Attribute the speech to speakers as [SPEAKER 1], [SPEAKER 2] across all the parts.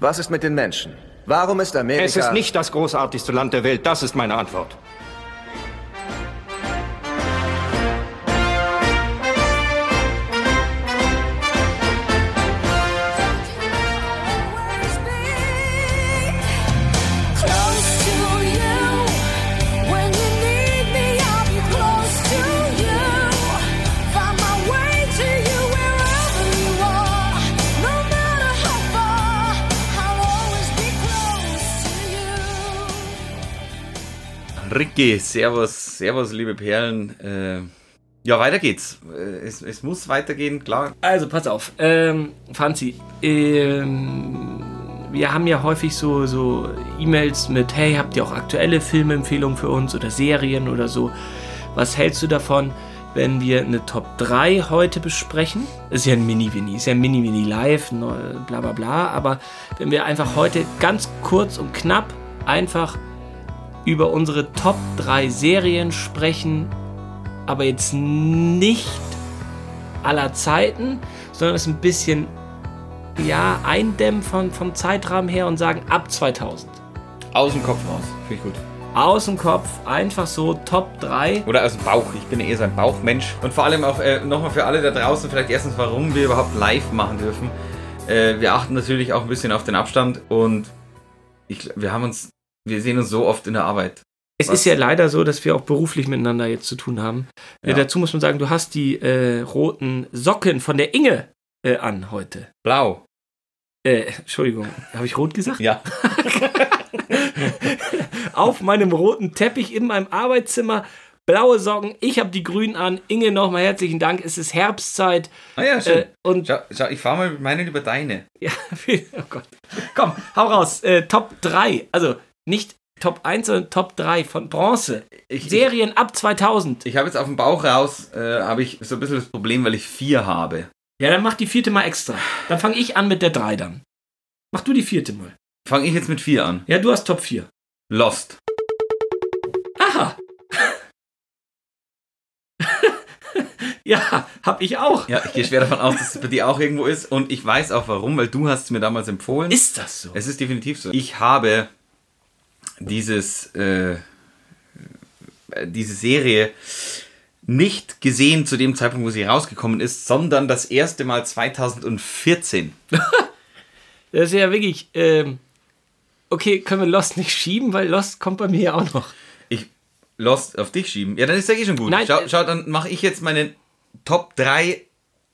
[SPEAKER 1] Was ist mit den Menschen? Warum ist Amerika...
[SPEAKER 2] Es ist nicht das großartigste Land der Welt, das ist meine Antwort.
[SPEAKER 3] Ricky, servus, servus, liebe Perlen. Äh, ja, weiter geht's. Äh, es, es muss weitergehen, klar.
[SPEAKER 4] Also, pass auf. Ähm, Franzi, ähm, wir haben ja häufig so, so E-Mails mit, hey, habt ihr auch aktuelle Filmempfehlungen für uns oder Serien oder so? Was hältst du davon, wenn wir eine Top 3 heute besprechen? Ist ja ein Mini-Winnie, ist ja ein Mini-Winnie live, neu, bla bla bla. Aber wenn wir einfach heute ganz kurz und knapp einfach über unsere Top 3 Serien sprechen, aber jetzt nicht aller Zeiten, sondern es ein bisschen ja, eindämmen von, vom Zeitrahmen her und sagen ab 2000.
[SPEAKER 3] Aus dem Kopf raus, finde ich gut.
[SPEAKER 4] Aus dem Kopf, einfach so Top 3.
[SPEAKER 3] Oder aus dem Bauch, ich bin eher so ein Bauchmensch. Und vor allem auch äh, nochmal für alle da draußen, vielleicht erstens, warum wir überhaupt live machen dürfen. Äh, wir achten natürlich auch ein bisschen auf den Abstand und ich, wir haben uns wir sehen uns so oft in der Arbeit.
[SPEAKER 4] Es Was? ist ja leider so, dass wir auch beruflich miteinander jetzt zu tun haben. Ja. dazu muss man sagen, du hast die äh, roten Socken von der Inge äh, an heute.
[SPEAKER 3] Blau.
[SPEAKER 4] Äh, Entschuldigung, habe ich rot gesagt?
[SPEAKER 3] Ja.
[SPEAKER 4] Auf meinem roten Teppich in meinem Arbeitszimmer. Blaue Socken, ich habe die grünen an. Inge, nochmal herzlichen Dank. Es ist Herbstzeit.
[SPEAKER 3] Ah ja, schön.
[SPEAKER 4] und
[SPEAKER 3] schau, schau, ich fahre mal meine über deine.
[SPEAKER 4] ja, oh Gott. Komm, hau raus. Äh, Top 3. Also, nicht Top 1, sondern Top 3 von Bronze.
[SPEAKER 3] Ich-
[SPEAKER 4] Serien ab 2000.
[SPEAKER 3] Ich habe jetzt auf dem Bauch raus, äh, habe ich so ein bisschen das Problem, weil ich vier habe.
[SPEAKER 4] Ja, dann mach die vierte mal extra. Dann fange ich an mit der 3 dann. Mach du die vierte mal.
[SPEAKER 3] Fange ich jetzt mit vier an.
[SPEAKER 4] Ja, du hast Top 4.
[SPEAKER 3] Lost.
[SPEAKER 4] Aha. ja, hab ich auch.
[SPEAKER 3] Ja, ich gehe schwer davon aus, dass es bei dir auch irgendwo ist. Und ich weiß auch warum, weil du hast es mir damals empfohlen.
[SPEAKER 4] Ist das so?
[SPEAKER 3] es ist definitiv so. Ich habe dieses, äh, äh, diese Serie nicht gesehen zu dem Zeitpunkt, wo sie rausgekommen ist, sondern das erste Mal 2014.
[SPEAKER 4] Das ist ja wirklich. Ähm, okay, können wir Lost nicht schieben, weil Lost kommt bei mir ja auch noch.
[SPEAKER 3] Ich Lost auf dich schieben. Ja, dann ist ja eh schon gut.
[SPEAKER 4] Nein,
[SPEAKER 3] schau,
[SPEAKER 4] äh,
[SPEAKER 3] schau, dann mache ich jetzt meine Top 3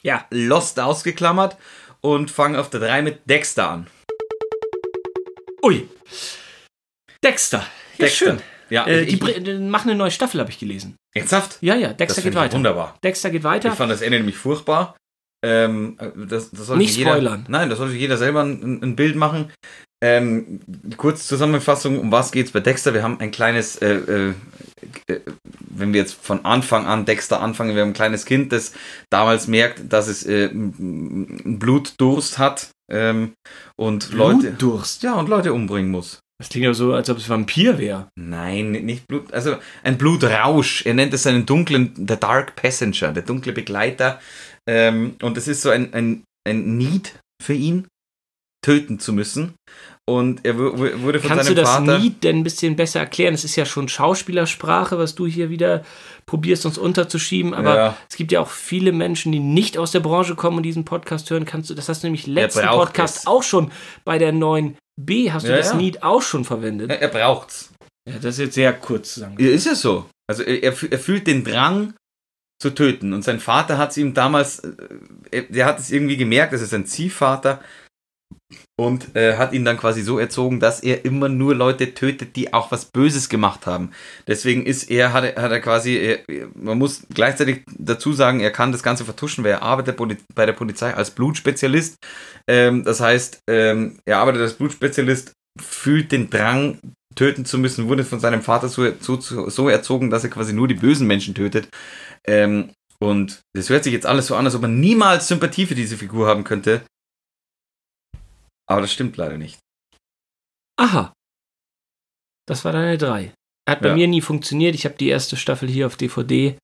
[SPEAKER 4] Ja.
[SPEAKER 3] Lost ausgeklammert und fange auf der 3 mit Dexter an.
[SPEAKER 4] Ui. Dexter. Ja,
[SPEAKER 3] Dexter.
[SPEAKER 4] schön.
[SPEAKER 3] Ja,
[SPEAKER 4] Äh,
[SPEAKER 3] ich-
[SPEAKER 4] die br- äh, machen eine neue Staffel, habe ich gelesen.
[SPEAKER 3] Ernsthaft?
[SPEAKER 4] Ja, ja, Dexter
[SPEAKER 3] Das
[SPEAKER 4] geht
[SPEAKER 3] finde ich
[SPEAKER 4] weiter.
[SPEAKER 3] Wunderbar.
[SPEAKER 4] Dexter geht weiter.
[SPEAKER 3] Ich fand das Ende nämlich furchtbar. Ähm, das, das sollte
[SPEAKER 4] Nicht
[SPEAKER 3] jeder,
[SPEAKER 4] spoilern.
[SPEAKER 3] Nein, das sollte jeder selber ein, ein Bild machen. Ähm, kurz Zusammenfassung, um was geht's bei Dexter? Wir haben ein kleines, äh, äh, äh, wenn wir jetzt von Anfang an Dexter anfangen, wir haben ein kleines Kind, das damals merkt, dass es äh, einen Blutdurst hat ähm, und Leute,
[SPEAKER 4] Blutdurst.
[SPEAKER 3] ja, und Leute umbringen muss.
[SPEAKER 4] Das klingt ja so, als ob es Vampir wäre.
[SPEAKER 3] Nein, nicht Blut, also ein Blutrausch. Er nennt es einen dunklen, der Dark Passenger, der dunkle Begleiter. Ähm, und es ist so ein, ein, ein Need für ihn, töten zu müssen. Und er wu- wu- wurde von
[SPEAKER 4] Kannst du
[SPEAKER 3] seinem
[SPEAKER 4] das
[SPEAKER 3] Vater.
[SPEAKER 4] Need denn ein bisschen besser erklären? Es ist ja schon Schauspielersprache, was du hier wieder probierst, uns unterzuschieben. Aber
[SPEAKER 3] Ja.
[SPEAKER 4] es gibt ja auch viele Menschen, die nicht aus der Branche kommen und diesen Podcast hören. Kannst du, das hast du nämlich letzten
[SPEAKER 3] braucht
[SPEAKER 4] Podcast
[SPEAKER 3] es.
[SPEAKER 4] auch schon bei der neuen B, hast du
[SPEAKER 3] Ja,
[SPEAKER 4] das
[SPEAKER 3] ja.
[SPEAKER 4] Need auch schon verwendet.
[SPEAKER 3] Er braucht's.
[SPEAKER 4] Ja, das ist jetzt sehr kurz zusammengefasst.
[SPEAKER 3] Ja, Ist ja so. Also er, er fü- er fühlt den Drang zu töten. Und sein Vater hat es ihm damals, äh, er- der hat es irgendwie gemerkt, das ist sein Ziehvater. Und äh, hat ihn dann quasi so erzogen, dass er immer nur Leute tötet, die auch was Böses gemacht haben. Deswegen ist er, hat er, hat er quasi, äh, man muss gleichzeitig dazu sagen, er kann das Ganze vertuschen, weil er arbeitet Poli- bei der Polizei als Blutspezialist. Ähm, das heißt, ähm, er arbeitet als Blutspezialist, fühlt den Drang, töten zu müssen, wurde von seinem Vater so, so, so erzogen, dass er quasi nur die bösen Menschen tötet. Ähm, und das hört sich jetzt alles so an, als ob man niemals Sympathie für diese Figur haben könnte. Aber das stimmt leider nicht.
[SPEAKER 4] Aha. Das war deine drei. Hat bei
[SPEAKER 3] Ja.
[SPEAKER 4] mir nie funktioniert. Ich habe die erste Staffel hier auf DVD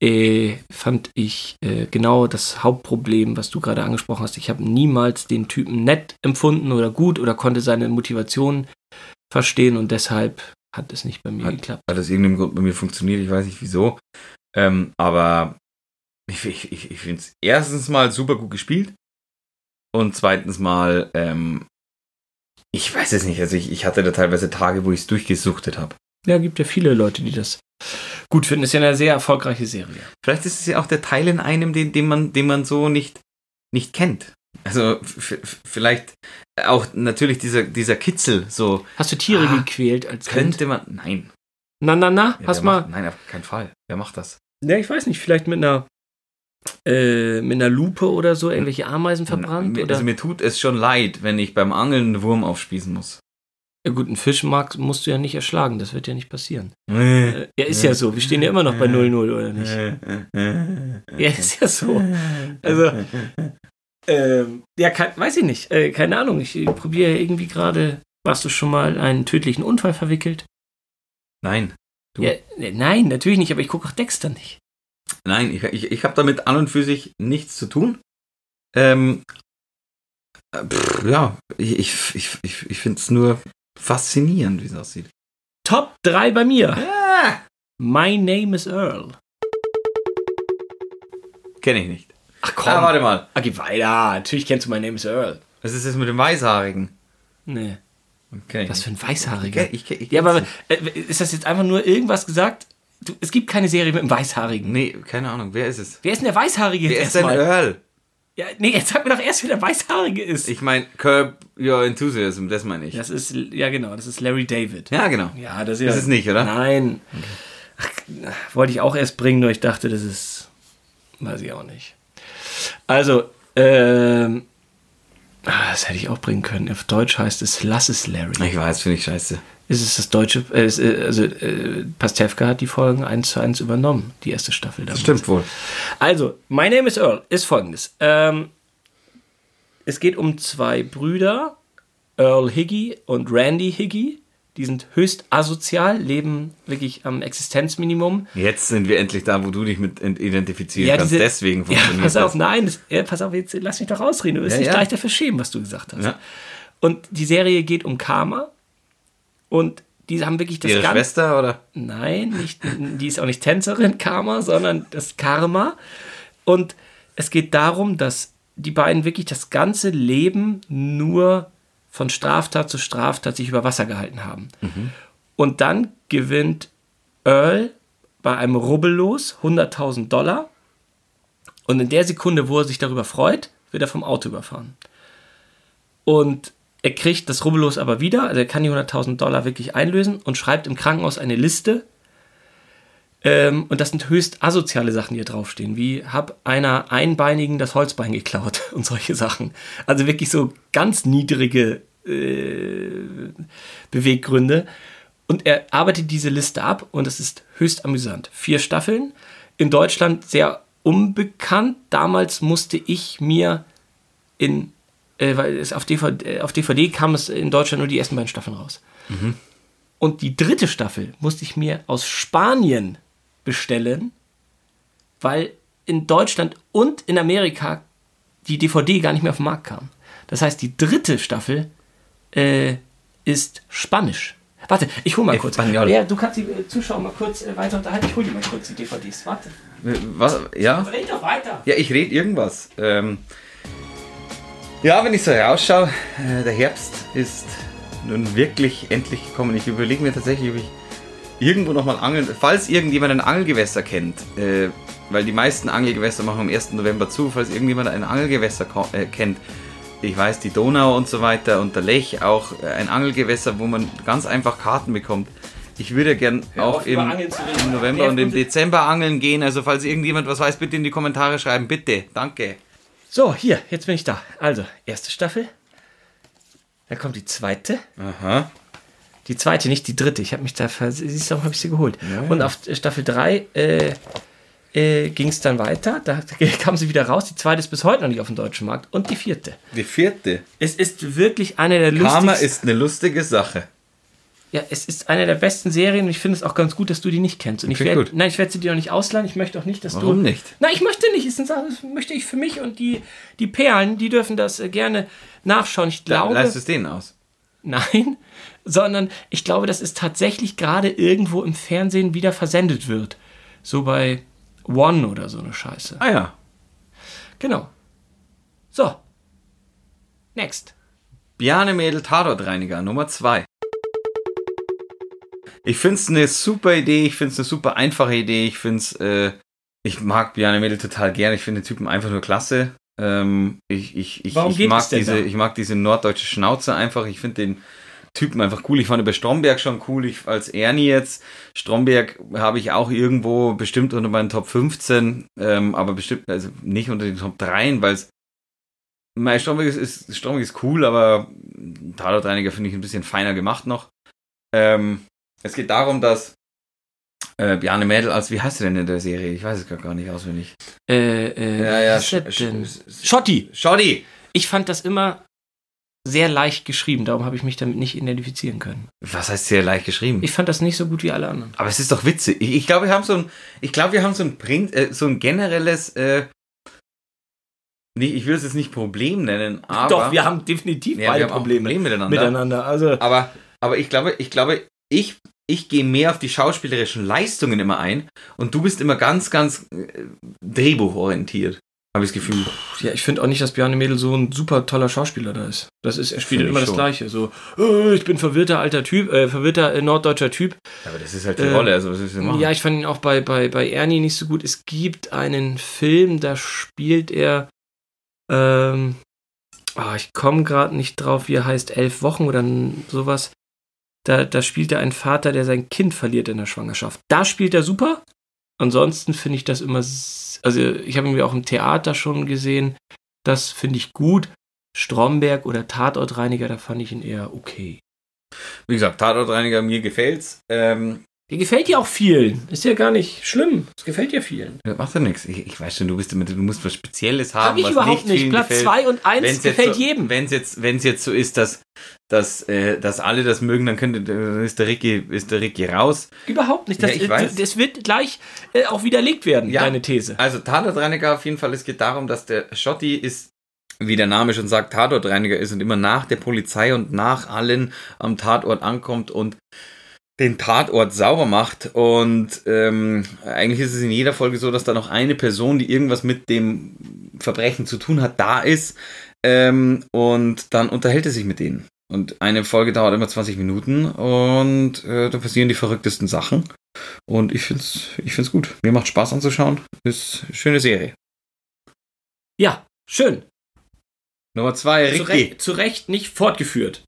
[SPEAKER 4] äh, fand ich äh, genau das Hauptproblem, was du gerade angesprochen hast. Ich habe niemals den Typen nett empfunden oder gut oder konnte seine Motivation verstehen und deshalb hat es nicht bei mir
[SPEAKER 3] Hat-
[SPEAKER 4] geklappt.
[SPEAKER 3] Hat aus irgendeinem Grund bei mir funktioniert, ich weiß nicht wieso. Ähm, aber ich, ich, ich, ich finde es erstens mal super gut gespielt und zweitens mal, ähm, ich weiß es nicht, also ich, ich hatte da teilweise Tage, wo ich es durchgesuchtet habe.
[SPEAKER 4] Ja, gibt ja viele Leute, die das gut finden. Ist ja eine sehr erfolgreiche Serie.
[SPEAKER 3] Vielleicht ist es ja auch der Teil in einem, den, den, man, den man so nicht, nicht kennt. Also f- f- vielleicht auch natürlich dieser, dieser Kitzel, so
[SPEAKER 4] Hast du Tiere
[SPEAKER 3] Ah,
[SPEAKER 4] gequält als Kind?
[SPEAKER 3] könnte man. Nein.
[SPEAKER 4] Na, na, na,
[SPEAKER 3] Ja,
[SPEAKER 4] hast
[SPEAKER 3] wer
[SPEAKER 4] mal.
[SPEAKER 3] Macht, nein, auf keinen Fall. Wer macht das?
[SPEAKER 4] Ja, Ne, ich weiß nicht, vielleicht mit einer äh, mit einer Lupe oder so irgendwelche Ameisen verbrannt
[SPEAKER 3] Mir-
[SPEAKER 4] oder
[SPEAKER 3] Also mir tut es schon leid, wenn ich beim Angeln einen Wurm aufspießen muss.
[SPEAKER 4] ja, gut, einen Fisch magst, musst du ja nicht erschlagen, das wird ja nicht passieren.
[SPEAKER 3] Äh,
[SPEAKER 4] Äh, ja, ist ja so, wir stehen ja immer noch bei 0-0 oder nicht? Ja, ist ja so. Also ähm, ja, kein, weiß ich nicht, äh, keine Ahnung, ich äh, probiere ja irgendwie gerade warst du schon mal in einen tödlichen Unfall verwickelt?
[SPEAKER 3] Nein, Du?
[SPEAKER 4] Ja, äh, nein, natürlich nicht, aber ich gucke auch Dexter nicht.
[SPEAKER 3] nein, ich, ich, ich habe damit an und für sich nichts zu tun. Ähm, äh, pff, ja, ich, ich, ich, ich, ich finde es nur faszinierend, wie es aussieht.
[SPEAKER 4] Top 3 bei mir. My name is Earl.
[SPEAKER 3] Kenne ich nicht.
[SPEAKER 4] Ach
[SPEAKER 3] Ah, warte mal.
[SPEAKER 4] Ah, geh weiter. Natürlich kennst du My Name is Earl.
[SPEAKER 3] Was ist das mit dem Weißhaarigen?
[SPEAKER 4] Nee.
[SPEAKER 3] Okay.
[SPEAKER 4] Was für ein Weißhaariger.
[SPEAKER 3] ich, ich, ich,
[SPEAKER 4] Ja, aber
[SPEAKER 3] kenn's nicht.
[SPEAKER 4] äh, ist das jetzt einfach nur irgendwas gesagt? Du, es gibt keine Serie mit einem Weißhaarigen.
[SPEAKER 3] Nee, keine Ahnung, wer ist es?
[SPEAKER 4] Wer ist denn der Weißhaarige
[SPEAKER 3] Wer
[SPEAKER 4] jetzt
[SPEAKER 3] ist denn äh?
[SPEAKER 4] erstmal?
[SPEAKER 3] Earl?
[SPEAKER 4] Ja, nee, jetzt sag mir doch erst, wer der Weißhaarige ist.
[SPEAKER 3] Ich meine, Curb Your Enthusiasm, das meine ich.
[SPEAKER 4] das ist, ja genau, das ist Larry David.
[SPEAKER 3] Ja, genau.
[SPEAKER 4] Ja, das
[SPEAKER 3] Das ist nicht, oder?
[SPEAKER 4] Nein. Ach, wollte ich auch erst bringen, nur ich dachte, das ist. Weiß ich auch nicht. Also, ähm. ah, Das hätte ich auch bringen können. Auf Deutsch heißt es Lass es Larry.
[SPEAKER 3] Ich weiß, finde ich scheiße.
[SPEAKER 4] Ist es das deutsche, äh, ist, äh, also äh, Pastewka hat die Folgen eins zu eins übernommen, die erste Staffel. damals.
[SPEAKER 3] wohl.
[SPEAKER 4] Also, My Name is Earl ist folgendes. Ähm, es geht um zwei Brüder, Earl Higgy und Randy Higgy. Die sind höchst asozial, leben wirklich am Existenzminimum.
[SPEAKER 3] Jetzt sind wir endlich da, wo du dich mit ent- identifizieren
[SPEAKER 4] Ja,
[SPEAKER 3] kannst.
[SPEAKER 4] diese-
[SPEAKER 3] Deswegen
[SPEAKER 4] Ja,
[SPEAKER 3] funktioniert
[SPEAKER 4] pass auf,
[SPEAKER 3] das.
[SPEAKER 4] nein, das, ja, pass auf, jetzt lass mich doch ausreden. Du wirst
[SPEAKER 3] Ja,
[SPEAKER 4] dich
[SPEAKER 3] ja.
[SPEAKER 4] gleich dafür schämen, was du gesagt hast.
[SPEAKER 3] Ja.
[SPEAKER 4] Und die Serie geht um Karma und die haben wirklich das
[SPEAKER 3] Ihre
[SPEAKER 4] ganze
[SPEAKER 3] Schwester oder?
[SPEAKER 4] Nein, nicht, die ist auch nicht Tänzerin, Karma, sondern das Karma. Und es geht darum, dass die beiden wirklich das ganze Leben nur von Straftat zu Straftat sich über Wasser gehalten haben. Und dann gewinnt Earl bei einem Rubbellos 100.000 Dollar. Und in der Sekunde, wo er sich darüber freut, wird er vom Auto überfahren. Und er kriegt das Rubbellos aber wieder, also er kann die 100.000 Dollar wirklich einlösen und schreibt im Krankenhaus eine Liste. Ähm, und das sind höchst asoziale Sachen, die hier draufstehen, wie hab einer Einbeinigen das Holzbein geklaut und solche Sachen. Also wirklich so ganz niedrige äh, Beweggründe. Und er arbeitet diese Liste ab und es ist höchst amüsant. Vier Staffeln. In Deutschland sehr unbekannt. Damals musste ich mir in, äh, weil es auf DVD, äh, auf DVD kam es in Deutschland nur die ersten beiden Staffeln raus. Und die dritte Staffel musste ich mir aus Spanien bestellen, weil in Deutschland und in Amerika die DVD gar nicht mehr auf den Markt kam. Das heißt, die dritte Staffel äh, ist Spanisch. Warte, ich hol mal kurz.
[SPEAKER 3] Espanol.
[SPEAKER 4] Ja, du kannst die äh, Zuschauer mal kurz äh, weiter unterhalten. Ich hol dir mal kurz die DVDs. Warte.
[SPEAKER 3] Was? Ja?
[SPEAKER 4] Red doch weiter.
[SPEAKER 3] Ja, ich rede irgendwas. Ähm, ja, wenn ich so herausschaue, äh, der Herbst ist nun wirklich endlich gekommen. Ich überlege mir tatsächlich, ob ich irgendwo nochmal angeln, falls irgendjemand ein Angelgewässer kennt, äh, weil die meisten Angelgewässer machen am 1. November zu, falls irgendjemand ein Angelgewässer ko- äh, kennt. Ich weiß, die Donau und so weiter und der Lech auch äh, ein Angelgewässer, wo man ganz einfach Karten bekommt. Ich würde gern auch
[SPEAKER 4] auf, über
[SPEAKER 3] im,
[SPEAKER 4] Angeln zu reden.
[SPEAKER 3] im November
[SPEAKER 4] Wer
[SPEAKER 3] und im
[SPEAKER 4] kommt-
[SPEAKER 3] Dezember angeln gehen. Also falls irgendjemand was weiß, bitte in die Kommentare schreiben. Bitte. Danke.
[SPEAKER 4] So, hier, jetzt bin ich da. Also, erste Staffel. Dann kommt die zweite.
[SPEAKER 3] Aha.
[SPEAKER 4] Die zweite, nicht die dritte. Ich habe mich da vers siehst du, habe ich sie geholt. Und auf Staffel 3 äh, äh, ging es dann weiter. Da kam sie wieder raus. Die zweite ist bis heute noch nicht auf dem deutschen Markt. Und die vierte.
[SPEAKER 3] Die vierte.
[SPEAKER 4] Es ist wirklich eine der
[SPEAKER 3] Karma
[SPEAKER 4] lustigsten.
[SPEAKER 3] ist eine lustige Sache.
[SPEAKER 4] Ja, es ist eine der besten Serien und ich finde es auch ganz gut, dass du die nicht kennst. Und ich
[SPEAKER 3] Okay,
[SPEAKER 4] werd,
[SPEAKER 3] gut.
[SPEAKER 4] nein, ich werde sie dir auch nicht ausleihen. Ich möchte auch nicht, dass du.
[SPEAKER 3] Warum nicht?
[SPEAKER 4] Nein, ich möchte nicht. Es sind Sachen, das möchte ich für mich und die, die Perlen, die dürfen das äh, gerne nachschauen. Ich
[SPEAKER 3] Da
[SPEAKER 4] glaube.
[SPEAKER 3] leist es denen aus.
[SPEAKER 4] Nein, sondern ich glaube, dass es tatsächlich gerade irgendwo im Fernsehen wieder versendet wird. So bei One oder so eine Scheiße.
[SPEAKER 3] Ah ja.
[SPEAKER 4] Genau. So. Next.
[SPEAKER 3] Bjarne Mädel Tatortreiniger Nummer 2. Ich finde es eine super Idee, ich finde es eine super einfache Idee, ich finde es, äh, ich mag Bjarne Mädel total gerne, ich finde den Typen einfach nur klasse. Ähm, ich, ich, ich,
[SPEAKER 4] Warum
[SPEAKER 3] ich,
[SPEAKER 4] geht
[SPEAKER 3] mag
[SPEAKER 4] es denn
[SPEAKER 3] diese,
[SPEAKER 4] da?
[SPEAKER 3] ich mag diese norddeutsche Schnauze einfach, ich finde den Typen einfach cool. Ich fand über Stromberg schon cool, ich als Ernie jetzt. Stromberg habe ich auch irgendwo bestimmt unter meinen Top 15, ähm, aber bestimmt, also nicht unter den Top 3, weil es mein Stromberg ist, ist, Stromberg ist cool, aber Tatortreiniger finde ich ein bisschen feiner gemacht noch. Ähm, es geht darum, dass äh, Bjarne Mädel als, wie heißt sie denn in der Serie? Ich weiß es gar gar nicht auswendig.
[SPEAKER 4] Äh, äh, wie hieß das denn? Schotti.
[SPEAKER 3] Schotti!
[SPEAKER 4] Ich fand das immer sehr leicht geschrieben, darum habe ich mich damit nicht identifizieren können.
[SPEAKER 3] Was heißt sehr leicht geschrieben?
[SPEAKER 4] Ich fand das nicht so gut wie alle anderen.
[SPEAKER 3] Aber es ist doch witzig. Ich, ich glaube, wir haben so ein, ich glaube, wir haben so ein, Prin äh, so ein generelles, äh, nicht, ich will es jetzt nicht Problem nennen, aber
[SPEAKER 4] haben definitiv
[SPEAKER 3] ja, wir haben auch Probleme miteinander.
[SPEAKER 4] Also
[SPEAKER 3] Aber, aber ich glaube, ich glaube, ich, ich gehe mehr auf die schauspielerischen Leistungen immer ein und du bist immer ganz, ganz äh, drehbuchorientiert. Habe ich das Gefühl.
[SPEAKER 4] ja, ich finde auch nicht, dass Bjarne Mädel so ein super toller Schauspieler da ist. Das ist, er spielt
[SPEAKER 3] Find ich
[SPEAKER 4] immer das
[SPEAKER 3] schon.
[SPEAKER 4] Gleiche. So, äh, ich bin verwirrter alter Typ, äh, verwirrter äh, norddeutscher Typ.
[SPEAKER 3] Aber das ist halt die
[SPEAKER 4] Äh,
[SPEAKER 3] Rolle, also was ist denn machen?
[SPEAKER 4] Ja, ich fand ihn auch bei, bei, bei Ernie nicht so gut. Es gibt einen Film, da spielt er. Ähm, ah, ich komme gerade nicht drauf, wie er heißt, elf Wochen oder n- sowas. Da, da spielt er einen Vater, der sein Kind verliert in der Schwangerschaft. Da spielt er super. Ansonsten finde ich das immer. s- Also, ich habe ihn ja auch im Theater schon gesehen. Das finde ich gut. Stromberg oder Tatortreiniger, da fand ich ihn eher okay.
[SPEAKER 3] Wie gesagt, Tatortreiniger, mir gefällt's. Ähm,
[SPEAKER 4] Dir gefällt ja auch vielen. Ist ja gar nicht schlimm. Es gefällt ja vielen.
[SPEAKER 3] das macht ja nichts. Ich, ich weiß schon, du bist immer, du musst was Spezielles haben.
[SPEAKER 4] Hab ich
[SPEAKER 3] was
[SPEAKER 4] überhaupt nicht.
[SPEAKER 3] vielen
[SPEAKER 4] Platz
[SPEAKER 3] gefällt.
[SPEAKER 4] 2 und 1
[SPEAKER 3] Wenn's jetzt
[SPEAKER 4] gefällt
[SPEAKER 3] so,
[SPEAKER 4] jedem.
[SPEAKER 3] Wenn es jetzt, wenn's jetzt so ist, dass, dass, äh, dass alle das mögen, dann könnte, dann ist der Ricky, ist der Ricky raus.
[SPEAKER 4] Überhaupt nicht. Das,
[SPEAKER 3] Ja, ich weiß.
[SPEAKER 4] das wird gleich äh, auch widerlegt werden,
[SPEAKER 3] Ja.
[SPEAKER 4] deine These.
[SPEAKER 3] Also Tatortreiniger auf jeden Fall, es geht darum, dass der Schotti ist, wie der Name schon sagt, Tatortreiniger ist und immer nach der Polizei und nach allen am Tatort ankommt und den Tatort sauber macht. Und ähm, eigentlich ist es in jeder Folge so, dass da noch eine Person, die irgendwas mit dem Verbrechen zu tun hat, da ist. Ähm, und dann unterhält er sich mit denen. Und eine Folge dauert immer 20 Minuten und äh, da passieren die verrücktesten Sachen. Und ich finde es ich find's gut. Mir macht Spaß anzuschauen. Ist eine schöne Serie.
[SPEAKER 4] Ja, schön.
[SPEAKER 3] Nummer zwei,
[SPEAKER 4] Zu
[SPEAKER 3] Ricky.
[SPEAKER 4] Recht, zu Recht nicht fortgeführt.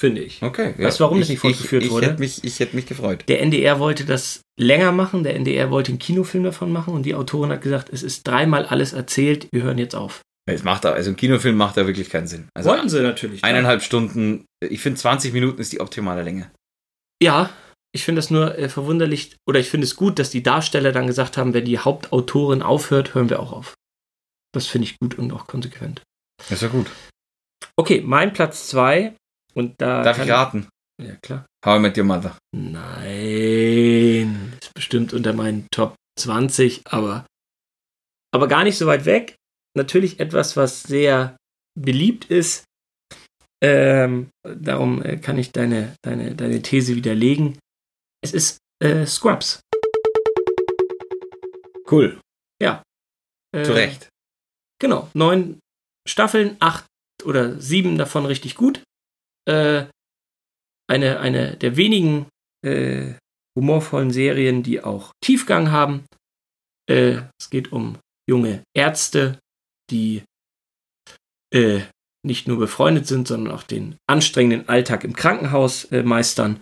[SPEAKER 4] Finde ich.
[SPEAKER 3] Okay.
[SPEAKER 4] Weißt du, warum das nicht fortgeführt
[SPEAKER 3] ich, ich,
[SPEAKER 4] wurde?
[SPEAKER 3] Hätte mich, ich hätte mich gefreut.
[SPEAKER 4] Der NDR wollte das länger machen, der NDR wollte einen Kinofilm davon machen und die Autorin hat gesagt, es ist dreimal alles erzählt, wir hören jetzt auf.
[SPEAKER 3] Es macht da, also ein Kinofilm macht da wirklich keinen Sinn. Also
[SPEAKER 4] sie natürlich.
[SPEAKER 3] eineinhalb Stunden, ich finde 20 Minuten ist die optimale Länge.
[SPEAKER 4] Ja, ich finde das nur äh, verwunderlich, oder ich finde es gut, dass die Darsteller dann gesagt haben, wenn die Hauptautorin aufhört, hören wir auch auf. Das finde ich gut und auch konsequent.
[SPEAKER 3] Ist ja gut.
[SPEAKER 4] Okay, mein Platz 2 und da.
[SPEAKER 3] Darf
[SPEAKER 4] kann-
[SPEAKER 3] ich raten?
[SPEAKER 4] Ja, klar.
[SPEAKER 3] How I Met Your Mother.
[SPEAKER 4] Nein. Ist bestimmt unter meinen Top 20, aber. Aber gar nicht so weit weg. Natürlich etwas, was sehr beliebt ist. Ähm, darum äh, kann ich deine, deine, deine These widerlegen. Es ist äh, Scrubs.
[SPEAKER 3] Cool.
[SPEAKER 4] Äh,
[SPEAKER 3] Zu Recht.
[SPEAKER 4] Genau, neun Staffeln, acht oder sieben davon richtig gut. Äh, eine, eine der wenigen äh, humorvollen Serien, die auch Tiefgang haben. Äh, es geht um junge Ärzte, die äh, nicht nur befreundet sind, sondern auch den anstrengenden Alltag im Krankenhaus äh, meistern.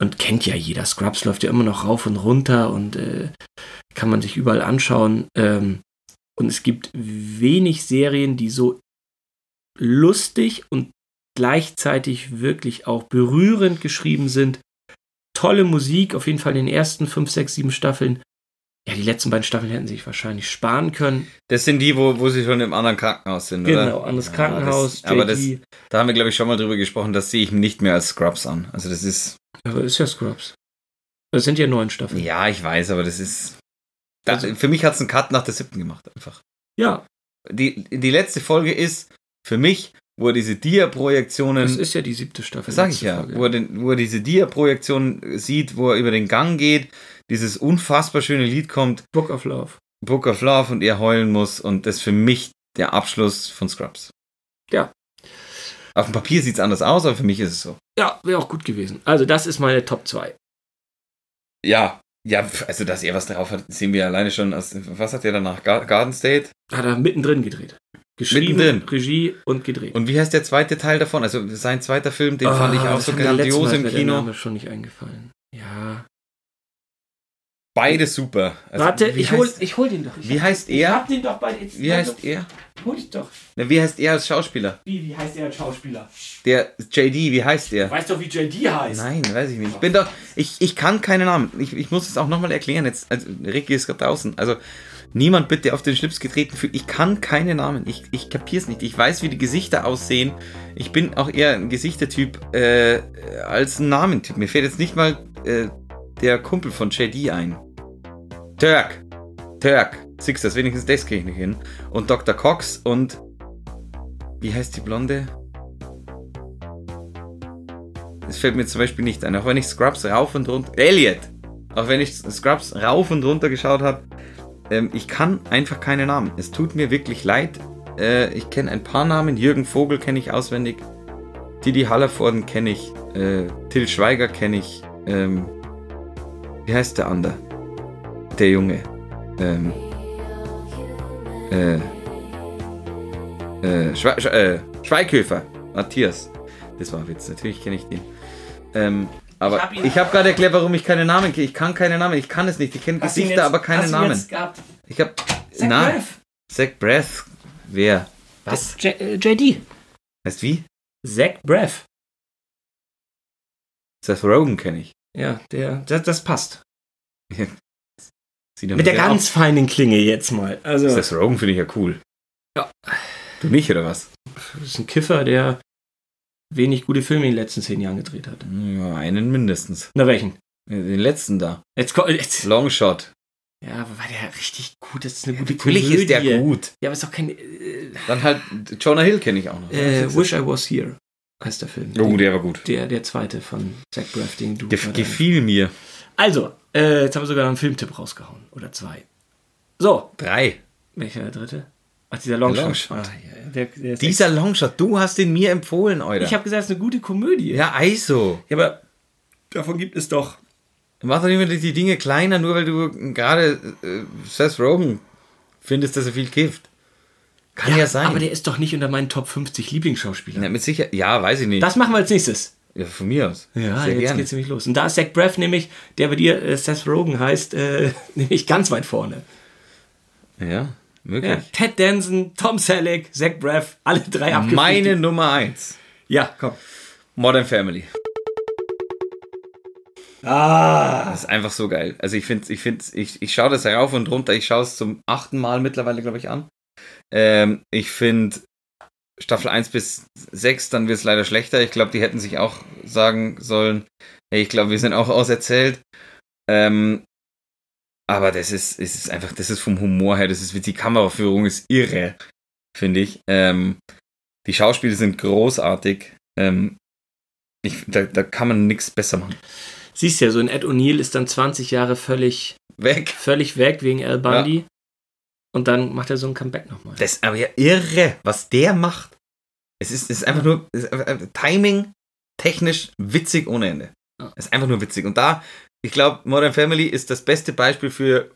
[SPEAKER 4] Und kennt ja jeder. Scrubs läuft ja immer noch rauf und runter und äh, kann man sich überall anschauen. Ähm, und es gibt wenig Serien, die so lustig und gleichzeitig wirklich auch berührend geschrieben sind. Tolle Musik, auf jeden Fall in den ersten 5, 6, 7 Staffeln. Ja, die letzten beiden Staffeln hätten sie sich wahrscheinlich sparen können.
[SPEAKER 3] Das sind die, wo, wo sie schon im anderen Krankenhaus sind, oder?
[SPEAKER 4] Genau, anderes Krankenhaus,
[SPEAKER 3] Ja, das, aber das,
[SPEAKER 4] JD.
[SPEAKER 3] da haben wir, glaube ich, schon mal drüber gesprochen, das sehe ich nicht mehr als Scrubs an. Also das ist,
[SPEAKER 4] Aber ist ja Scrubs. Das sind ja neun Staffeln.
[SPEAKER 3] ja, also- ich weiß, aber das ist, da, für mich hat es einen Cut nach der siebten gemacht, einfach.
[SPEAKER 4] Ja,
[SPEAKER 3] Die, die letzte Folge ist, für mich, wo er diese Dia-Projektionen
[SPEAKER 4] das ist ja die siebte Staffel.
[SPEAKER 3] Ähm, Das sag ich
[SPEAKER 4] letzte
[SPEAKER 3] ja,
[SPEAKER 4] Folge.
[SPEAKER 3] wo er, den, wo er diese Dia-Projektion sieht, wo er über den Gang geht, dieses unfassbar schöne Lied kommt,
[SPEAKER 4] Book of Love.
[SPEAKER 3] Book of Love und er heulen muss und das ist für mich der Abschluss von Scrubs.
[SPEAKER 4] Ja.
[SPEAKER 3] Auf dem Papier sieht es anders aus, aber für mich ist es so.
[SPEAKER 4] Ja, wäre auch gut gewesen. Also, das ist meine Top 2.
[SPEAKER 3] Ja, ja, pf, also dass er was drauf hat, sehen wir alleine schon aus, was hat er danach, Gar- Garden State?
[SPEAKER 4] Hat er mittendrin gedreht. Geschrieben,
[SPEAKER 3] Mittendrin.
[SPEAKER 4] Regie und gedreht.
[SPEAKER 3] Und wie heißt der zweite Teil davon? Also sein zweiter Film, den fand ich
[SPEAKER 4] Ah,
[SPEAKER 3] auch
[SPEAKER 4] das
[SPEAKER 3] so
[SPEAKER 4] hat mir letztes
[SPEAKER 3] grandios im
[SPEAKER 4] Mal ist mir der
[SPEAKER 3] Kino.
[SPEAKER 4] Name schon nicht eingefallen. Ja.
[SPEAKER 3] Beide super. Also,
[SPEAKER 4] Warte,
[SPEAKER 3] wie
[SPEAKER 4] ich hol,
[SPEAKER 3] heißt-
[SPEAKER 4] ich hol den doch. Ich
[SPEAKER 3] Wie
[SPEAKER 4] hab,
[SPEAKER 3] heißt
[SPEAKER 4] ich
[SPEAKER 3] er?
[SPEAKER 4] hab den doch bei jetzt.
[SPEAKER 3] Wie heißt er?
[SPEAKER 4] Hol ich doch.
[SPEAKER 3] Na, wie heißt er als Schauspieler?
[SPEAKER 4] Wie, wie heißt der als Schauspieler?
[SPEAKER 3] Der JD, wie heißt der?
[SPEAKER 4] Weißt doch, wie JD heißt.
[SPEAKER 3] Nein, weiß ich nicht. Ich bin doch, ich, ich kann keine Namen. Ich, ich muss es auch nochmal erklären jetzt. Also, Ricky ist gerade draußen. Also, niemand bitte auf den Schlips getreten fühlt. Ich kann keine Namen. Ich, ich kapiere es nicht. Ich weiß, wie die Gesichter aussehen. Ich bin auch eher ein Gesichtertyp äh, als ein Namentyp. Mir fällt jetzt nicht mal äh, der Kumpel von JD ein. Turk. Turk. Sixers, wenigstens das kriege ich nicht hin. Und Dr. Cox und. Wie heißt die Blonde? Es fällt mir zum Beispiel nicht ein. Auch wenn ich Scrubs rauf und runter. Elliot! Auch wenn ich Scrubs rauf und runter geschaut habe, ähm, ich kann einfach keine Namen. Es tut mir wirklich leid. Äh, ich kenne ein paar Namen. Jürgen Vogel kenne ich auswendig. Didi Hallervorden kenne ich. Äh, Till Schweiger kenne ich. Ähm, wie heißt der andere? Der Junge. Ähm, äh, äh, Schwe Sch äh, Schweighöfer. Matthias. Das war ein Witz. Natürlich kenne ich den. Ähm, aber
[SPEAKER 4] hab ihn-
[SPEAKER 3] ich habe hab gerade erklärt, warum ich keine Namen kenne. Ich kann keine Namen. Ich kann es nicht. Ich kenne
[SPEAKER 4] Hast du ihn
[SPEAKER 3] Gesichter,
[SPEAKER 4] jetzt-
[SPEAKER 3] aber keine
[SPEAKER 4] hast du ihn
[SPEAKER 3] Namen.
[SPEAKER 4] Jetzt gehabt?
[SPEAKER 3] Ich habe
[SPEAKER 4] Sag
[SPEAKER 3] na,
[SPEAKER 4] Ralph.
[SPEAKER 3] Zach Breath. Wer? Was?
[SPEAKER 4] J äh, JD.
[SPEAKER 3] Heißt wie?
[SPEAKER 4] Zach Braff.
[SPEAKER 3] Seth Rogen kenne ich.
[SPEAKER 4] Ja, der, das, das passt.
[SPEAKER 3] Sieht er
[SPEAKER 4] Mit der
[SPEAKER 3] sehr
[SPEAKER 4] ganz feinen Klinge jetzt mal. Also,
[SPEAKER 3] aus.
[SPEAKER 4] das
[SPEAKER 3] Seth Rogen finde ich ja cool.
[SPEAKER 4] Ja.
[SPEAKER 3] Du nicht, oder was?
[SPEAKER 4] ist ein Kiffer, der wenig gute Filme in den letzten zehn Jahren gedreht hat.
[SPEAKER 3] Ja, einen mindestens.
[SPEAKER 4] Na, welchen?
[SPEAKER 3] Den letzten da.
[SPEAKER 4] Jetzt kommt. Jetzt.
[SPEAKER 3] Longshot.
[SPEAKER 4] Ja, aber war der richtig gut? Das ist eine gute
[SPEAKER 3] Natürlich ist der
[SPEAKER 4] Komödie.
[SPEAKER 3] gut.
[SPEAKER 4] Ja, aber ist doch kein. Äh,
[SPEAKER 3] Dann halt Jonah Hill kenne ich auch noch.
[SPEAKER 4] äh,
[SPEAKER 3] Das ist-
[SPEAKER 4] Wish I Was Here heißt der Film.
[SPEAKER 3] oh, der war gut.
[SPEAKER 4] der, der zweite von Zach Braff, den du.
[SPEAKER 3] Gef gefiel mir.
[SPEAKER 4] also, äh, jetzt haben wir sogar noch einen Filmtipp rausgehauen. Oder zwei. So,
[SPEAKER 3] Drei.
[SPEAKER 4] welcher der dritte? Ach, dieser Longshot.
[SPEAKER 3] Longshot.
[SPEAKER 4] Ah, ja, ja. Der, der ist
[SPEAKER 3] Dieser Longshot, du hast den mir empfohlen, Alter.
[SPEAKER 4] Ich habe gesagt, es ist eine gute Komödie.
[SPEAKER 3] ja, also. ISO.
[SPEAKER 4] Ja, aber davon gibt es doch.
[SPEAKER 3] Mach doch nicht mehr die die Dinge kleiner, nur weil du gerade äh, Seth Rogen findest, dass er viel kifft. Kann ja, sein.
[SPEAKER 4] Aber der ist doch nicht unter meinen Top 50 Lieblingsschauspielern.
[SPEAKER 3] Na, mit Sicherheit. Ja, weiß ich nicht.
[SPEAKER 4] Das machen wir als nächstes.
[SPEAKER 3] ja, von mir aus.
[SPEAKER 4] Ja,
[SPEAKER 3] Sehr
[SPEAKER 4] jetzt
[SPEAKER 3] gerne.
[SPEAKER 4] geht's nämlich los. Und da ist Zach Braff nämlich, der bei dir äh, Seth Rogen heißt, äh, nämlich ganz weit vorne.
[SPEAKER 3] Ja,
[SPEAKER 4] Ja.
[SPEAKER 3] möglich.
[SPEAKER 4] Ted Danson, Tom Selleck, Zach Braff, alle drei abgefrühstückt.
[SPEAKER 3] Meine Nummer eins.
[SPEAKER 4] Ja, komm.
[SPEAKER 3] Modern Family.
[SPEAKER 4] Ah.
[SPEAKER 3] Das ist einfach so geil. Also ich finde, ich finde, ich, ich schaue das herauf und runter. Ich schaue es zum achten Mal mittlerweile, glaube ich, an. Ähm, ich finde Staffel 1 bis 6, dann wird es leider schlechter. Ich glaube, die hätten sich auch sagen sollen, hey, ich glaube, wir sind auch auserzählt. Ähm, aber das ist, es ist einfach, das ist vom Humor her, das ist witzig. Die Kameraführung ist irre, finde ich. Ähm, die Schauspiele sind großartig. Ähm, ich, da, da kann man nichts besser machen.
[SPEAKER 4] Siehst ja, so ein Ed O'Neill ist dann 20 Jahre völlig,
[SPEAKER 3] Weg.
[SPEAKER 4] völlig weg wegen Al Bundy. Und dann macht er so ein Comeback nochmal.
[SPEAKER 3] Das ist aber ja irre, was der macht. Es ist, es ist einfach nur es ist einfach, einfach Timing, technisch, witzig ohne Ende.
[SPEAKER 4] Ja.
[SPEAKER 3] Es ist einfach nur witzig. Und da, ich glaube, Modern Family ist das beste Beispiel für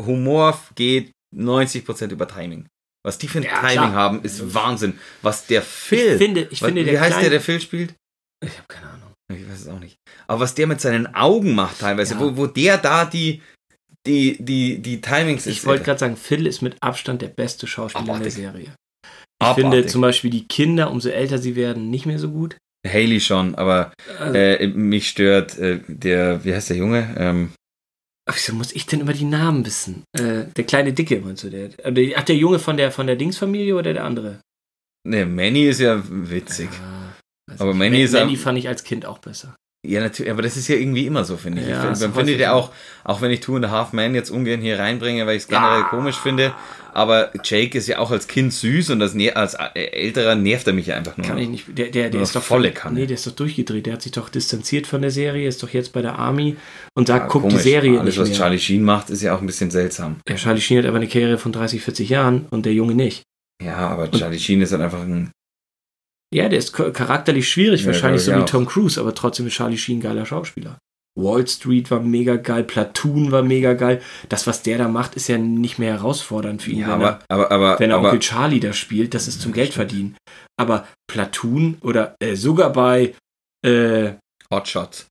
[SPEAKER 3] Humor geht 90% über Timing. Was die für ein
[SPEAKER 4] Ja,
[SPEAKER 3] Timing
[SPEAKER 4] klar. Also
[SPEAKER 3] haben, ist Wahnsinn. Was der Phil.
[SPEAKER 4] ich finde, ich
[SPEAKER 3] was,
[SPEAKER 4] finde
[SPEAKER 3] wie
[SPEAKER 4] der
[SPEAKER 3] heißt der,
[SPEAKER 4] Kleine-
[SPEAKER 3] der Phil spielt?
[SPEAKER 4] Ich habe keine Ahnung.
[SPEAKER 3] Ich weiß es auch nicht. Aber was der mit seinen Augen macht teilweise,
[SPEAKER 4] Ja.
[SPEAKER 3] wo, wo der da die, die, die, die Timings
[SPEAKER 4] Ich wollte gerade sagen, Phil ist mit Abstand der beste Schauspieler
[SPEAKER 3] Abartig.
[SPEAKER 4] der Serie. Ich
[SPEAKER 3] Abartig.
[SPEAKER 4] finde zum Beispiel die Kinder, umso älter sie werden, nicht mehr so gut.
[SPEAKER 3] Haley schon, aber
[SPEAKER 4] Also,
[SPEAKER 3] Äh, mich stört äh, der, wie heißt der Junge? Ähm,
[SPEAKER 4] Ach, wieso muss ich denn immer die Namen wissen? Äh, der kleine Dicke, meinst du? Der, äh, ach, der Junge von der, von der Dingsfamilie oder der andere?
[SPEAKER 3] Ne, Manny ist ja witzig.
[SPEAKER 4] Ah, weiß
[SPEAKER 3] Aber
[SPEAKER 4] nicht.
[SPEAKER 3] Manny ist
[SPEAKER 4] Manny
[SPEAKER 3] am-
[SPEAKER 4] fand ich als Kind auch besser.
[SPEAKER 3] Ja, natürlich, aber das ist ja irgendwie immer so, finde ich.
[SPEAKER 4] Ja,
[SPEAKER 3] Ja,
[SPEAKER 4] das
[SPEAKER 3] ich
[SPEAKER 4] weiß
[SPEAKER 3] finde
[SPEAKER 4] ich
[SPEAKER 3] ja
[SPEAKER 4] nicht.
[SPEAKER 3] auch, auch wenn ich Two and a Half Man jetzt ungern hier reinbringe, weil ich es generell komisch finde, aber Jake ist ja auch als Kind süß und als, ner- als älterer nervt er mich ja einfach nur.
[SPEAKER 4] Kann ich nicht. Der, der, der
[SPEAKER 3] Ja,
[SPEAKER 4] ist doch
[SPEAKER 3] volle Kanne.
[SPEAKER 4] Nee, der ist doch durchgedreht. Der hat sich doch distanziert von der Serie, ist doch jetzt bei der Army und sagt,
[SPEAKER 3] Ja,
[SPEAKER 4] guck die
[SPEAKER 3] komisch.
[SPEAKER 4] Serie
[SPEAKER 3] Alles, was
[SPEAKER 4] nicht mehr.
[SPEAKER 3] Charlie Sheen macht, ist ja auch ein bisschen seltsam.
[SPEAKER 4] Der Charlie Sheen hat aber eine Karriere von 30, 40 Jahren und der Junge nicht.
[SPEAKER 3] Ja, aber Charlie Sheen ist halt einfach ein.
[SPEAKER 4] Ja, der ist cha- charakterlich schwierig,
[SPEAKER 3] Ja,
[SPEAKER 4] wahrscheinlich so
[SPEAKER 3] glaub
[SPEAKER 4] wie
[SPEAKER 3] ich auch.
[SPEAKER 4] Tom Cruise, aber trotzdem ist Charlie Sheen ein geiler Schauspieler. Wall Street war mega geil, Platoon war mega geil. Das, was der da macht, ist ja nicht mehr herausfordernd für ihn.
[SPEAKER 3] Ja,
[SPEAKER 4] wenn
[SPEAKER 3] aber, aber, aber,
[SPEAKER 4] er, ne? wenn er
[SPEAKER 3] aber
[SPEAKER 4] Onkel Charlie da spielt, das ist zum Geld verdienen. Aber Platoon oder äh, sogar bei, äh,
[SPEAKER 3] Hotshots.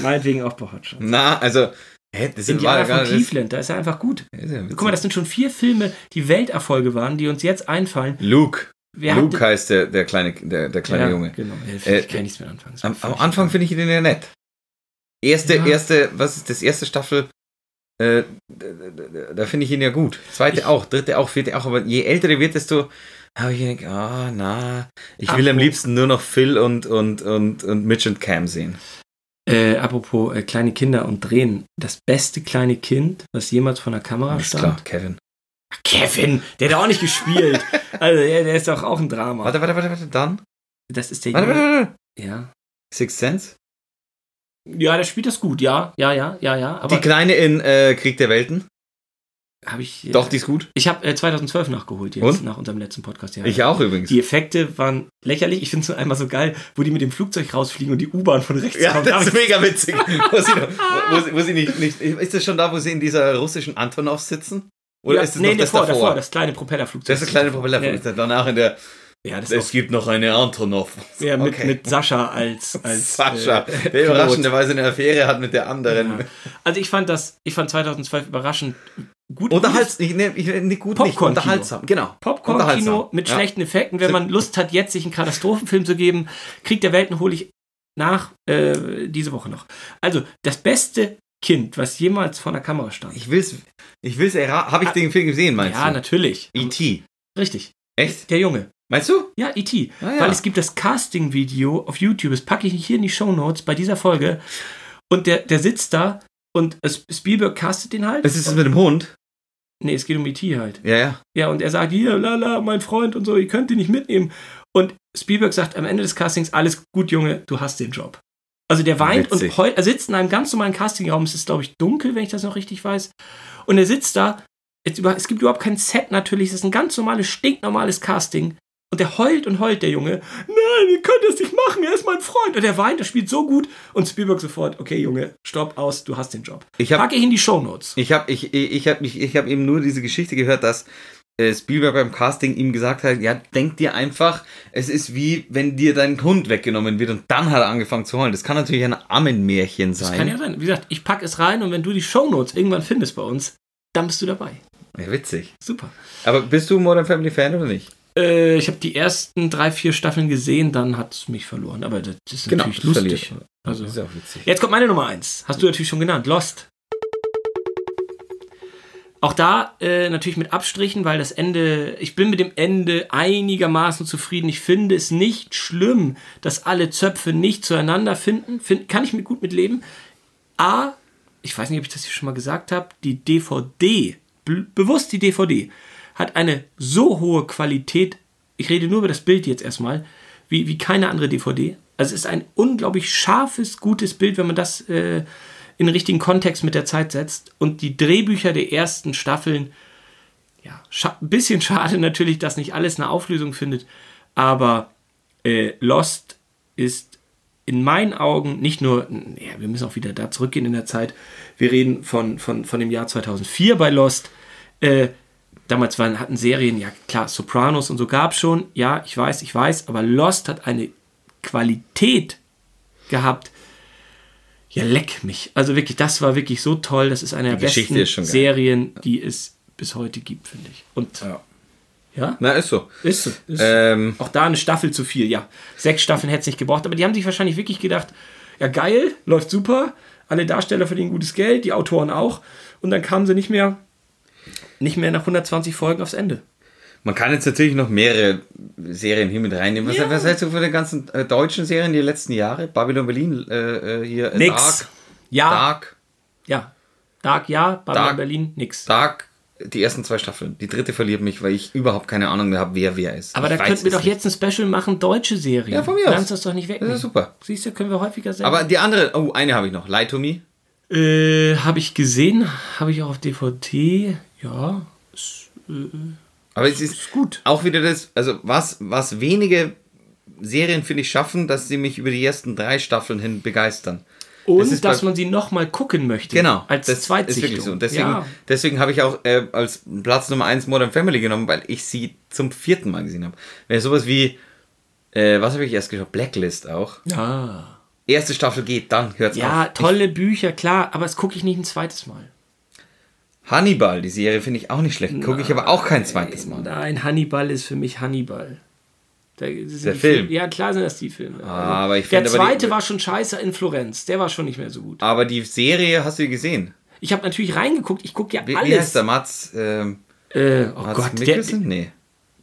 [SPEAKER 4] meinetwegen auch bei Hotshot.
[SPEAKER 3] Na, also, hä, das sind
[SPEAKER 4] Indianer von
[SPEAKER 3] das-
[SPEAKER 4] Cleveland, da ist er einfach gut.
[SPEAKER 3] das ist ja
[SPEAKER 4] Guck mal, das
[SPEAKER 3] witzig.
[SPEAKER 4] sind schon vier Filme, die Welterfolge waren, die uns jetzt einfallen.
[SPEAKER 3] Luke.
[SPEAKER 4] Wer hat-
[SPEAKER 3] Luke heißt der, der kleine, der, der kleine
[SPEAKER 4] ja,
[SPEAKER 3] Junge.
[SPEAKER 4] Genau, ich
[SPEAKER 3] Äh,
[SPEAKER 4] kann nichts mehr anfangen.
[SPEAKER 3] Am, am Anfang finde ich ihn ja nett. Erste,
[SPEAKER 4] Ja.
[SPEAKER 3] erste, was ist das erste Staffel? Äh, d- d- d- da finde ich ihn ja gut. Zweite
[SPEAKER 4] Ich-
[SPEAKER 3] auch, dritte auch, vierte auch. Aber je älter er wird, desto habe ich gedacht, ah, na, ich will am
[SPEAKER 4] Apropos-
[SPEAKER 3] liebsten nur noch Phil und, und, und, und Mitch und Cam sehen.
[SPEAKER 4] Äh, apropos äh, kleine Kinder und Drehen. Das beste kleine Kind, was jemals vor einer Kamera
[SPEAKER 3] Alles
[SPEAKER 4] stand.
[SPEAKER 3] klar, Kevin.
[SPEAKER 4] Kevin, der hat auch nicht gespielt. also der, der ist doch auch ein Drama.
[SPEAKER 3] Warte, warte, warte, warte, dann.
[SPEAKER 4] Das ist der
[SPEAKER 3] Warte, warte,
[SPEAKER 4] Junge.
[SPEAKER 3] warte.
[SPEAKER 4] Ja.
[SPEAKER 3] Sixth Sense?
[SPEAKER 4] ja, der spielt das gut, ja, ja, ja, ja, ja. Aber
[SPEAKER 3] die Kleine in äh, Krieg der Welten?
[SPEAKER 4] habe ich. äh,
[SPEAKER 3] Doch, die ist gut.
[SPEAKER 4] Ich habe äh, 2012 nachgeholt jetzt,
[SPEAKER 3] Und?
[SPEAKER 4] nach unserem letzten Podcast. Ja.
[SPEAKER 3] Ich auch übrigens.
[SPEAKER 4] Die Effekte waren lächerlich. Ich finde es nur einmal so geil, wo die mit dem Flugzeug rausfliegen und die U-Bahn von rechts
[SPEAKER 3] Ja,
[SPEAKER 4] kommt. Da hab
[SPEAKER 3] das ist
[SPEAKER 4] ich-
[SPEAKER 3] mega witzig. Wo sie, wo, sie, wo sie nicht, nicht, ist das schon da, wo sie in dieser russischen Antonov sitzen? Oder
[SPEAKER 4] ja,
[SPEAKER 3] ist das
[SPEAKER 4] nee,
[SPEAKER 3] noch das
[SPEAKER 4] davor,
[SPEAKER 3] davor?
[SPEAKER 4] davor, das kleine Propellerflugzeug.
[SPEAKER 3] Das ist eine kleine Propeller.
[SPEAKER 4] Ja.
[SPEAKER 3] Ist das danach in der.
[SPEAKER 4] Ja, das ist
[SPEAKER 3] Es gibt noch eine Antonov.
[SPEAKER 4] auch, ja, mit,
[SPEAKER 3] Okay.
[SPEAKER 4] mit Sascha als, als
[SPEAKER 3] Sascha,
[SPEAKER 4] äh,
[SPEAKER 3] der
[SPEAKER 4] Pilot.
[SPEAKER 3] überraschenderweise eine Affäre hat mit der anderen.
[SPEAKER 4] Ja. Also ich fand das, ich fand 2012 überraschend gut.
[SPEAKER 3] Unterhalts, ich nehme ich, nehm gut nicht,
[SPEAKER 4] Popcorn-Kino.
[SPEAKER 3] unterhaltsam, genau.
[SPEAKER 4] Popcorn-Kino
[SPEAKER 3] Unterhaltsam.
[SPEAKER 4] mit
[SPEAKER 3] Ja.
[SPEAKER 4] schlechten Effekten. Wenn man Lust hat, jetzt sich einen Katastrophenfilm zu geben, Krieg der Welten hole ich nach äh, diese Woche noch. Also das beste Kind, was jemals vor einer Kamera stand.
[SPEAKER 3] Ich will's, ich will's erraten. Habe ich den Film gesehen, meinst
[SPEAKER 4] Ah. ja, ne-
[SPEAKER 3] du?
[SPEAKER 4] natürlich.
[SPEAKER 3] E.T.
[SPEAKER 4] Richtig.
[SPEAKER 3] Echt?
[SPEAKER 4] Der Junge.
[SPEAKER 3] Meinst du?
[SPEAKER 4] Ja, E.T.
[SPEAKER 3] Ah, ja.
[SPEAKER 4] Weil es gibt das Casting-Video auf YouTube. Das packe ich hier in die Shownotes bei dieser Folge. Und der, der sitzt da und äh, Spielberg castet den halt.
[SPEAKER 3] Das ist das mit dem Hund.
[SPEAKER 4] nee, es geht um E.T. halt.
[SPEAKER 3] Ja, ja.
[SPEAKER 4] Ja, und er sagt, hier, lala, mein Freund und so, ihr könnt ihn nicht mitnehmen. Und Spielberg sagt am Ende des Castings, alles gut, Junge, du hast den Job. Also der weint
[SPEAKER 3] Witzig.
[SPEAKER 4] und heult, er sitzt in einem ganz normalen Castingraum, es ist, glaube ich, dunkel, wenn ich das noch richtig weiß. Und er sitzt da, es, über, es gibt überhaupt kein Set natürlich, es ist ein ganz normales, stinknormales Casting. Und der heult und heult, der Junge. Nein, ihr könnt das nicht machen, er ist mein Freund. Und er weint, er spielt so gut. Und Spielberg sofort, okay, Junge, stopp, aus, du hast den Job.
[SPEAKER 3] Ich habe
[SPEAKER 4] Packe ich in die Shownotes.
[SPEAKER 3] Ich habe ich, ich hab, mich- ich hab eben nur diese Geschichte gehört, dass äh, Spielberg beim Casting ihm gesagt hat, ja, denk dir einfach, es ist wie, wenn dir dein Hund weggenommen wird und dann hat er angefangen zu heulen. Das kann natürlich ein Ammenmärchen
[SPEAKER 4] Das kann
[SPEAKER 3] sein.
[SPEAKER 4] ja sein. Wie gesagt, ich packe es rein und wenn du die Shownotes irgendwann findest bei uns, dann bist du dabei.
[SPEAKER 3] Ja, witzig.
[SPEAKER 4] Super.
[SPEAKER 3] Aber bist du Modern Family Fan oder nicht?
[SPEAKER 4] Äh, ich habe die ersten drei, vier Staffeln gesehen, dann hat es mich verloren. Aber das ist natürlich
[SPEAKER 3] das
[SPEAKER 4] Genau, lustig.
[SPEAKER 3] verliert.
[SPEAKER 4] Also-
[SPEAKER 3] Das ist auch witzig.
[SPEAKER 4] Jetzt kommt meine Nummer eins. Hast du natürlich schon genannt. Lost. Auch da äh, natürlich mit Abstrichen, weil das Ende, ich bin mit dem Ende einigermaßen zufrieden. Ich finde es nicht schlimm, dass alle Zöpfe nicht zueinander finden. Find, kann ich mir gut mit leben. A, ich weiß nicht, ob ich das hier schon mal gesagt habe, die DVD, bl- bewusst die DVD, hat eine so hohe Qualität, ich rede nur über das Bild jetzt erstmal, wie, wie keine andere DVD. Also es ist ein unglaublich scharfes, gutes Bild, wenn man das äh, in den richtigen Kontext mit der Zeit setzt. Und die Drehbücher der ersten Staffeln, ja, scha- ein bisschen schade natürlich, dass nicht alles eine Auflösung findet, aber äh, Lost ist in meinen Augen nicht nur, n- ja, wir müssen auch wieder da zurückgehen in der Zeit, wir reden von, von, von dem Jahr 2004 bei Lost, äh, damals waren, hatten Serien, ja klar, Sopranos und so gab schon, ja, ich weiß, ich weiß, aber Lost hat eine Qualität gehabt, ja, leck mich. Also wirklich, das war wirklich so toll, das ist eine der
[SPEAKER 3] Geschichte
[SPEAKER 4] besten
[SPEAKER 3] ist schon geil.
[SPEAKER 4] Serien, die es bis heute gibt, finde ich. Und
[SPEAKER 3] Ja.
[SPEAKER 4] ja,
[SPEAKER 3] Na, ist so.
[SPEAKER 4] ist so. Ist so.
[SPEAKER 3] Ähm,
[SPEAKER 4] Auch da eine Staffel zu viel, ja. Sechs Staffeln hätte es nicht gebraucht, aber die haben sich wahrscheinlich wirklich gedacht, ja geil, läuft super, Alle Darsteller verdienen gutes Geld, die Autoren auch. Und dann kamen sie nicht mehr, nicht mehr nach 120 Folgen aufs Ende.
[SPEAKER 3] Man kann jetzt natürlich noch mehrere Serien hier mit reinnehmen. Was,
[SPEAKER 4] Ja.
[SPEAKER 3] was hältst du von den ganzen äh, deutschen Serien die letzten Jahre? Babylon Berlin, äh, äh, hier äh,
[SPEAKER 4] Nix.
[SPEAKER 3] Dark,
[SPEAKER 4] Ja,
[SPEAKER 3] Dark,
[SPEAKER 4] ja. Dark, ja. Babylon
[SPEAKER 3] Dark.
[SPEAKER 4] Berlin, nix.
[SPEAKER 3] Dark, die ersten zwei Staffeln. Die dritte verliert mich, weil ich überhaupt keine Ahnung mehr habe, wer wer ist.
[SPEAKER 4] Aber
[SPEAKER 3] ich
[SPEAKER 4] da
[SPEAKER 3] weiß
[SPEAKER 4] könnten wir
[SPEAKER 3] es
[SPEAKER 4] doch
[SPEAKER 3] nicht.
[SPEAKER 4] jetzt ein Special machen, deutsche Serien.
[SPEAKER 3] Ja, von mir aus.
[SPEAKER 4] Kannst das doch nicht weg.
[SPEAKER 3] Das ist super.
[SPEAKER 4] Siehst du, können wir häufiger sehen.
[SPEAKER 3] Aber die andere, oh, eine habe ich noch. Lie to Me.
[SPEAKER 4] äh, habe ich gesehen, habe ich auch auf DVD. Ja,
[SPEAKER 3] Aber es ist,
[SPEAKER 4] gut.
[SPEAKER 3] auch wieder das, also was, was wenige Serien, finde ich, schaffen, dass sie mich über die ersten drei Staffeln hin begeistern. Das
[SPEAKER 4] Und
[SPEAKER 3] ist
[SPEAKER 4] dass
[SPEAKER 3] bei-
[SPEAKER 4] man sie nochmal gucken möchte.
[SPEAKER 3] Genau.
[SPEAKER 4] Als
[SPEAKER 3] das ist
[SPEAKER 4] Zweitsichtung.
[SPEAKER 3] wirklich so. Und deswegen,
[SPEAKER 4] ja.
[SPEAKER 3] deswegen habe ich auch äh, als Platz Nummer 1 Modern Family genommen, weil ich sie zum vierten Mal gesehen habe. Wenn ich sowas wie, äh, was habe ich erst geschaut? Blacklist auch.
[SPEAKER 4] Ah.
[SPEAKER 3] Erste Staffel geht, dann hört's
[SPEAKER 4] ja,
[SPEAKER 3] auf.
[SPEAKER 4] tolle Bücher, klar, aber das gucke ich nicht ein zweites Mal.
[SPEAKER 3] Hannibal, die Serie finde ich auch nicht schlecht. Gucke ich aber auch kein zweites Mal.
[SPEAKER 4] Nein, Hannibal ist für mich Hannibal. Da sind
[SPEAKER 3] Der
[SPEAKER 4] die
[SPEAKER 3] Film.
[SPEAKER 4] Fil- Ja, klar sind das die Filme. Also,
[SPEAKER 3] aber ich
[SPEAKER 4] der
[SPEAKER 3] finde aber die-
[SPEAKER 4] zweite war schon scheiße in Florenz. Der war schon nicht mehr so gut.
[SPEAKER 3] Aber die Serie hast du gesehen.
[SPEAKER 4] Ich habe natürlich reingeguckt. Ich gucke ja
[SPEAKER 3] Wie, wie heißt
[SPEAKER 4] alles.
[SPEAKER 3] der? Mats, ähm,
[SPEAKER 4] äh, oh
[SPEAKER 3] Mats
[SPEAKER 4] Gott, der,
[SPEAKER 3] Mikkelsen? Nee.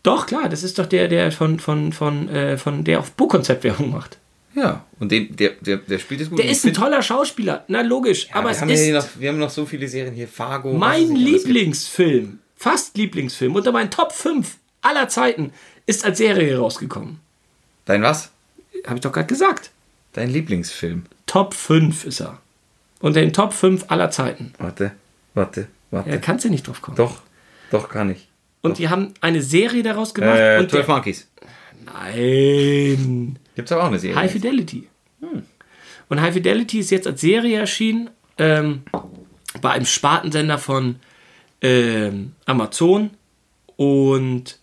[SPEAKER 4] doch klar, das ist doch der, der von von von äh, von der auf Buchkonzept Werbung macht.
[SPEAKER 3] Ja, und den, der, der, der spielt es gut.
[SPEAKER 4] Der
[SPEAKER 3] Und ich
[SPEAKER 4] ist ein
[SPEAKER 3] find-
[SPEAKER 4] toller Schauspieler. Na logisch, aber
[SPEAKER 3] wir,
[SPEAKER 4] es
[SPEAKER 3] haben ja
[SPEAKER 4] ist
[SPEAKER 3] hier noch, wir haben noch so viele Serien hier. Fargo. was weiß ich
[SPEAKER 4] mein
[SPEAKER 3] alles.
[SPEAKER 4] Lieblingsfilm, fast Lieblingsfilm unter meinen Top 5 aller Zeiten ist als Serie rausgekommen.
[SPEAKER 3] Dein was?
[SPEAKER 4] Habe ich doch gerade gesagt.
[SPEAKER 3] Dein Lieblingsfilm.
[SPEAKER 4] Top 5 ist er. Unter den Top 5 aller Zeiten.
[SPEAKER 3] Warte, warte, warte.
[SPEAKER 4] Ja, da kannst du nicht drauf kommen.
[SPEAKER 3] Doch, doch kann ich.
[SPEAKER 4] Und die haben eine Serie daraus gemacht.
[SPEAKER 3] Äh,
[SPEAKER 4] und
[SPEAKER 3] 12
[SPEAKER 4] der,
[SPEAKER 3] Monkeys.
[SPEAKER 4] nein.
[SPEAKER 3] Gibt's aber auch eine Serie.
[SPEAKER 4] High Fidelity.
[SPEAKER 3] Hm.
[SPEAKER 4] Und High Fidelity ist jetzt als Serie erschienen ähm, bei einem Spartensender von ähm, Amazon und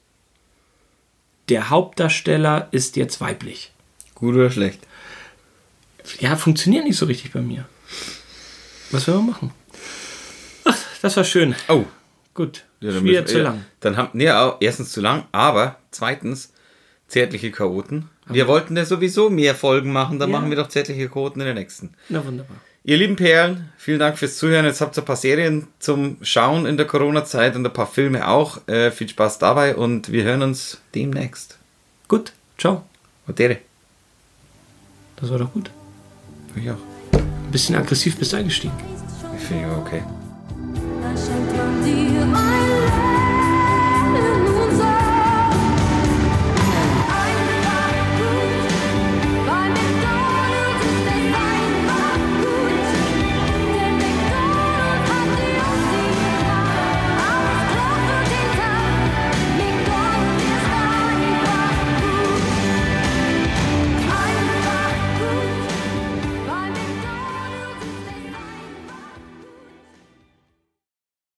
[SPEAKER 4] der Hauptdarsteller ist jetzt weiblich.
[SPEAKER 3] Gut oder schlecht?
[SPEAKER 4] Ja, funktioniert nicht so richtig bei mir. Was will man machen? Ach, das war schön.
[SPEAKER 3] Oh.
[SPEAKER 4] Gut.
[SPEAKER 3] Ja,
[SPEAKER 4] Schon
[SPEAKER 3] dann
[SPEAKER 4] wieder
[SPEAKER 3] müssen-
[SPEAKER 4] zu
[SPEAKER 3] ja,
[SPEAKER 4] lang.
[SPEAKER 3] Dann haben, nee, auch, erstens zu lang, aber zweitens zärtliche Chaoten. Wir wollten ja sowieso mehr Folgen machen, dann
[SPEAKER 4] Ja.
[SPEAKER 3] machen wir doch zärtliche Chaoten in der nächsten.
[SPEAKER 4] Na wunderbar.
[SPEAKER 3] Ihr lieben Perlen, vielen Dank fürs Zuhören. Jetzt habt ihr ein paar Serien zum Schauen in der Corona-Zeit und ein paar Filme auch. Äh, viel Spaß dabei und wir hören uns demnächst.
[SPEAKER 4] Gut. Ciao.
[SPEAKER 3] Und der,
[SPEAKER 4] Das war doch gut.
[SPEAKER 3] ich auch.
[SPEAKER 4] Ein bisschen aggressiv bist du eingestiegen.
[SPEAKER 3] Finde ich aber okay.
[SPEAKER 5] Da schenkt man dir